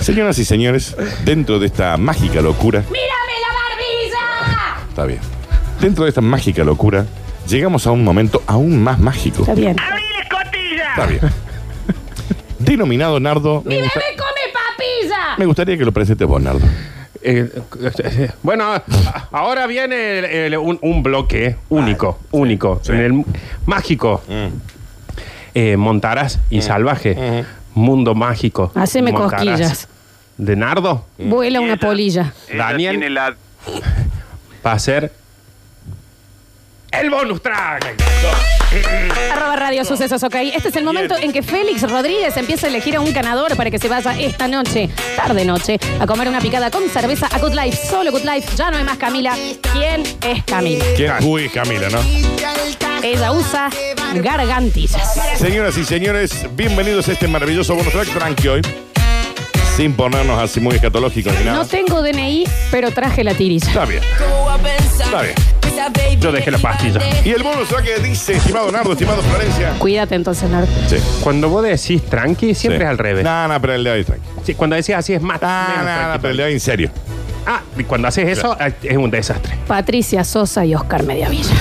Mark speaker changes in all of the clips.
Speaker 1: Señoras y señores, dentro de esta mágica locura,
Speaker 2: ¡Mírame la barbilla!
Speaker 1: está bien, dentro de esta mágica locura, llegamos a un momento aún más mágico.
Speaker 2: Está bien.
Speaker 3: ¡Abrí la escotilla!
Speaker 1: Está bien. Denominado Nardo, me,
Speaker 2: ¡Mi
Speaker 1: gusta-
Speaker 2: bebé come papilla!
Speaker 1: me gustaría que lo presentes vos, Nardo.
Speaker 4: Eh, eh, bueno, a- ahora viene el- el- un, un bloque único,
Speaker 3: Ah,
Speaker 4: único, en el mágico.
Speaker 3: Mm.
Speaker 4: Eh, Montaraz y Salvaje.
Speaker 3: Mm.
Speaker 4: Mundo mágico.
Speaker 2: Haceme
Speaker 4: Montaraz.
Speaker 2: cosquillas.
Speaker 4: De Nardo
Speaker 2: Vuela una
Speaker 3: Ella-
Speaker 2: polilla.
Speaker 3: ella
Speaker 4: Daniel.
Speaker 3: tiene la-
Speaker 4: va a ser el bonus track.
Speaker 2: Arroba Radio Sucesos, ok. Este es el momento en que Félix Rodríguez empieza a elegir a un ganador para que se vaya esta noche, tarde noche, a comer una picada con cerveza a Good Life. Solo Good Life. Ya no hay más Camila. ¿Quién es Camila?
Speaker 4: Ah,
Speaker 1: ¿Quién? Uy, Camila, ¿no?
Speaker 2: Ella usa gargantillas.
Speaker 1: Señoras y señores, bienvenidos a este maravilloso bonus track tranqui hoy. Sin ponernos así muy escatológicos ni nada.
Speaker 2: No tengo DNI, pero traje la tirilla.
Speaker 1: Está bien.
Speaker 5: Está bien.
Speaker 4: Yo dejé la pastilla.
Speaker 1: Y el bonus track que dice, estimado Nardo, estimado Florencia.
Speaker 2: Cuídate entonces, Nardo.
Speaker 1: Sí.
Speaker 4: Cuando vos decís tranqui, siempre
Speaker 1: Sí.
Speaker 4: es al revés.
Speaker 1: No, no, pero el de hoy tranqui.
Speaker 4: Sí, cuando decís así es más.
Speaker 1: No,
Speaker 4: menos
Speaker 1: no, no,
Speaker 4: tranqui.
Speaker 1: pero el de hoy en serio.
Speaker 4: Ah, y cuando haces eso eh, es un desastre.
Speaker 2: Patricia Sosa y Oscar Mediavilla.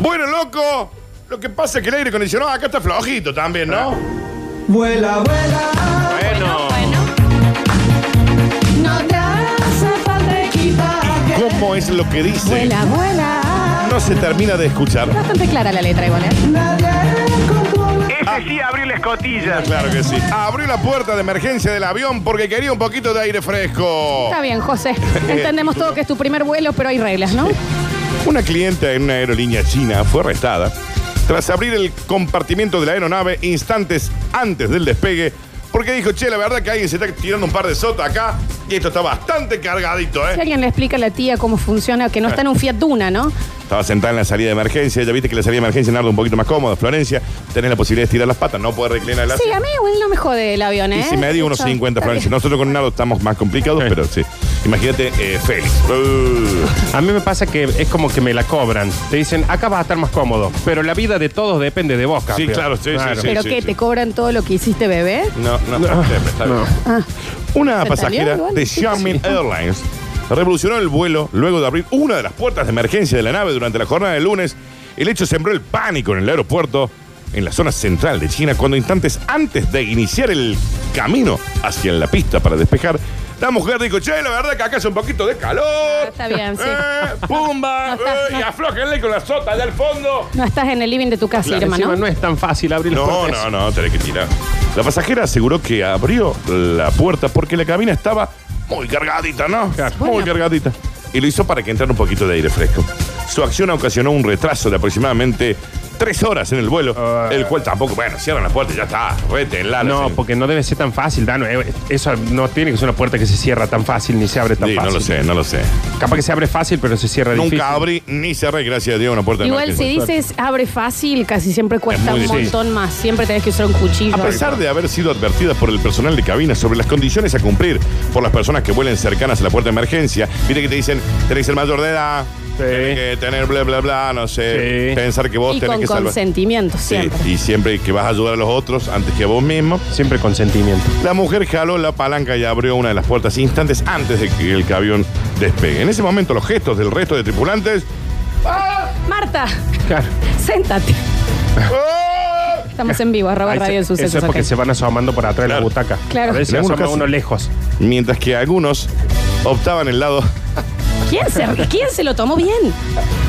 Speaker 1: Bueno, loco, lo que pasa es que el aire acondicionado acá está flojito también, ¿no?
Speaker 6: Vuela, vuela,
Speaker 4: Bueno.
Speaker 6: no te hace falta equipaje.
Speaker 1: ¿Cómo es lo que dice?
Speaker 2: Vuela, vuela.
Speaker 1: No se termina de escuchar.
Speaker 2: Bastante clara la letra, igual, ¿eh?
Speaker 6: Nadie controla.
Speaker 3: Ese sí abrí la escotilla.
Speaker 1: Claro que sí. Abrió la puerta de emergencia del avión porque quería un poquito de aire fresco.
Speaker 2: Está bien, José. Entendemos todo que es tu primer vuelo, pero hay reglas, ¿no?
Speaker 1: Una clienta en una aerolínea china fue arrestada tras abrir el compartimiento de la aeronave instantes antes del despegue porque dijo, che, la verdad que alguien se está tirando un par de sotas acá y esto está bastante cargadito,
Speaker 2: Si
Speaker 1: ¿eh?
Speaker 2: alguien le explica a la tía cómo funciona, que no está en un Fiat Duna, ¿no?
Speaker 1: Estaba sentada en la salida de emergencia, ya viste que la salida de emergencia Nardo un poquito más cómoda, Florencia, tenés la posibilidad de estirar las patas, no poder reclinar las
Speaker 2: Sí, a mí igual no me jode el avión, ¿eh?
Speaker 1: Y si me dio unos
Speaker 2: Eso,
Speaker 1: 50,
Speaker 2: está
Speaker 1: Florencia.
Speaker 2: bien.
Speaker 1: Nosotros con Nardo estamos más complicados, pero sí. Imagínate, eh, Félix. Uh.
Speaker 4: A mí me pasa que es como que me la cobran. Te dicen, acá vas a estar más cómodo. Pero la vida de todos depende de vos, campeón.
Speaker 1: claro, sí, sí, sí.
Speaker 2: ¿Pero qué? ¿Te cobran todo lo que hiciste, bebé?
Speaker 1: No, no, está bien. Ah. Una
Speaker 2: ¿Se
Speaker 1: pasajera
Speaker 2: salió igual?
Speaker 1: de Xiaomin Airlines revolucionó el vuelo luego de abrir una de las puertas de emergencia de la nave durante la jornada del lunes. El hecho sembró el pánico en el aeropuerto en la zona central de China cuando instantes antes de iniciar el camino hacia la pista para despejar, la mujer dijo, che, la verdad que acá hace un poquito de calor.
Speaker 2: Ah, está bien, sí.
Speaker 1: Eh, pumba,
Speaker 2: No está-
Speaker 1: eh,
Speaker 2: no-
Speaker 1: y aflójenle con la sota allá al fondo.
Speaker 2: No estás en el living de tu casa,
Speaker 4: Claro,
Speaker 2: hermano.
Speaker 4: encima no es tan fácil abrir las
Speaker 1: No,
Speaker 4: puertas.
Speaker 1: no, no, tenés que tirar. La pasajera aseguró que abrió la puerta porque la cabina estaba muy cargadita, ¿no? Muy cargadita. Y lo hizo para que entrara un poquito de aire fresco. Su acción ocasionó un retraso de aproximadamente tres horas en el vuelo, el cual tampoco, bueno, cierran la puerta y ya está, rete, en lana.
Speaker 4: Ah. No,
Speaker 1: sí.
Speaker 4: porque no debe ser tan fácil, Dano. Eh, Eso no tiene que ser una puerta que se cierra tan fácil ni se abre tan
Speaker 1: Sí,
Speaker 4: fácil.
Speaker 1: no lo sé, no lo sé.
Speaker 4: Capaz que se abre fácil, pero se cierra difícil.
Speaker 1: Nunca abrí ni cerré, gracias a Dios, una puerta de
Speaker 2: Igual si
Speaker 1: emergencia.
Speaker 2: dices abre fácil, casi siempre cuesta
Speaker 1: muy
Speaker 2: un
Speaker 1: difícil.
Speaker 2: montón más. Siempre tenés que usar un cuchillo.
Speaker 1: A pesar de haber sido advertidas por el personal de cabina sobre las condiciones a cumplir por las personas que vuelen cercanas a la puerta de emergencia, viste que te dicen, tenés que ser mayor de edad,
Speaker 4: Sí.
Speaker 1: tenés que tener bla, bla, bla, no sé,
Speaker 4: Sí.
Speaker 1: pensar que vos
Speaker 2: y
Speaker 1: tenés
Speaker 2: con
Speaker 1: que salvar.
Speaker 2: consentimiento,
Speaker 1: Sí,
Speaker 2: siempre.
Speaker 1: y siempre que vas a ayudar a los otros antes que a vos mismo.
Speaker 4: Siempre con sentimiento.
Speaker 1: La mujer jaló la palanca y abrió una de las puertas instantes antes de que el avión despegue. En ese momento los gestos del resto de tripulantes...
Speaker 2: Marta,
Speaker 4: Claro.
Speaker 2: séntate.
Speaker 1: ¡Ah!
Speaker 2: Estamos en vivo, arroba
Speaker 4: Ahí se-
Speaker 2: Radio
Speaker 4: eso
Speaker 2: Sucesos.
Speaker 4: es porque
Speaker 2: ok.
Speaker 4: se van asomando por atrás de la
Speaker 1: Claro.
Speaker 4: butaca.
Speaker 2: Claro.
Speaker 4: A veces
Speaker 1: En
Speaker 4: se
Speaker 1: algunos
Speaker 4: asoma
Speaker 1: casos-
Speaker 4: uno lejos.
Speaker 1: Mientras que algunos optaban el lado...
Speaker 2: ¿Quién, se, ¿Quién se lo tomó bien?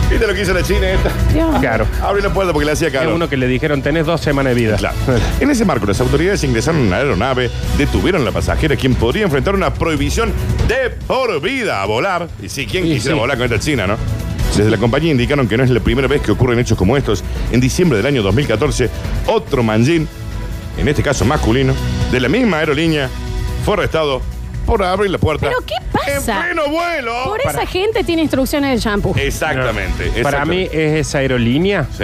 Speaker 1: ¿Viste lo que hizo la china esta?
Speaker 2: Dios.
Speaker 4: Claro.
Speaker 1: Abre la puerta porque le hacía calor.
Speaker 4: Es uno que le dijeron, tenés dos semanas de vida.
Speaker 1: Claro. En ese marco, las autoridades ingresaron en la aeronave, detuvieron a la pasajera, quien podría enfrentar una prohibición de por vida a volar. Y si, ¿quién
Speaker 4: Y
Speaker 1: quisiera
Speaker 4: sí.
Speaker 1: volar con esta china, no? Desde la compañía indicaron que no es la primera vez que ocurren hechos como estos. En diciembre del año 2014, otro manjín, en este caso masculino, de la misma aerolínea, fue arrestado por abrir la puerta.
Speaker 2: ¿Pero qué pasa?
Speaker 1: ¡En pleno vuelo!
Speaker 2: Por esa gente tiene instrucciones de shampoo.
Speaker 1: Exactamente,
Speaker 4: Para mí
Speaker 1: exactamente.
Speaker 4: es esa aerolínea.
Speaker 1: Sí.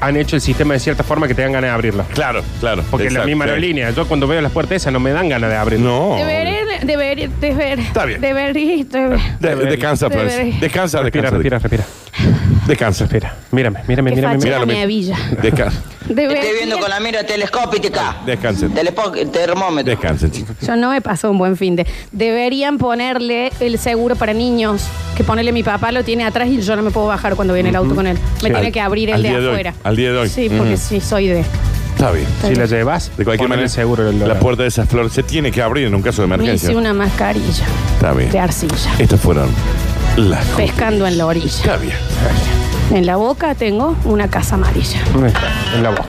Speaker 4: Han hecho el sistema de cierta forma que te dan ganas de abrirla.
Speaker 1: Claro, claro.
Speaker 4: Porque es la
Speaker 1: exacto,
Speaker 4: misma
Speaker 1: sí.
Speaker 4: aerolínea. Yo cuando veo las puertas esas no me dan ganas de abrir.
Speaker 1: No.
Speaker 2: Deberé, deberé, deberé.
Speaker 1: Oh, Está bien.
Speaker 2: Deberé, deberé.
Speaker 1: De- descansa, Florencia.
Speaker 2: Debería.
Speaker 1: Descansa,
Speaker 4: Respira,
Speaker 1: descansa.
Speaker 4: respira, respira.
Speaker 1: Descansa.
Speaker 4: Espera, mírame, mírame,
Speaker 2: Qué
Speaker 4: mírame.
Speaker 1: Míralo,
Speaker 2: fachero.
Speaker 4: mírame.
Speaker 2: me
Speaker 1: mira.
Speaker 2: avilla.
Speaker 1: Descansa.
Speaker 2: De ver-
Speaker 7: Estoy viendo con la mira telescópica.
Speaker 1: Descansen.
Speaker 7: Telespo- termómetro.
Speaker 1: Descansen, chicos.
Speaker 2: Yo no he pasado un buen fin de. Deberían ponerle el seguro para niños. Que ponerle mi papá lo tiene atrás y yo no me puedo bajar cuando viene el auto con él. Me
Speaker 1: Sí.
Speaker 2: tiene
Speaker 1: Al-
Speaker 2: que abrir el
Speaker 1: al
Speaker 2: de
Speaker 1: día de hoy,
Speaker 2: afuera.
Speaker 1: al día de hoy.
Speaker 2: Sí, porque
Speaker 1: Mm.
Speaker 2: sí, soy de.
Speaker 1: Está bien.
Speaker 4: Si la llevas,
Speaker 1: De cualquier
Speaker 4: ponle
Speaker 1: manera,
Speaker 4: seguro el
Speaker 1: la
Speaker 4: dólar.
Speaker 1: puerta de esas flores se tiene que abrir en un caso de
Speaker 2: Me
Speaker 1: emergencia.
Speaker 2: hice una mascarilla
Speaker 1: Está bien.
Speaker 2: de arcilla.
Speaker 1: Estas fueron las cosas.
Speaker 2: Pescando en la orilla.
Speaker 1: Está bien.
Speaker 2: En la boca tengo una casa amarilla.
Speaker 4: En la boca.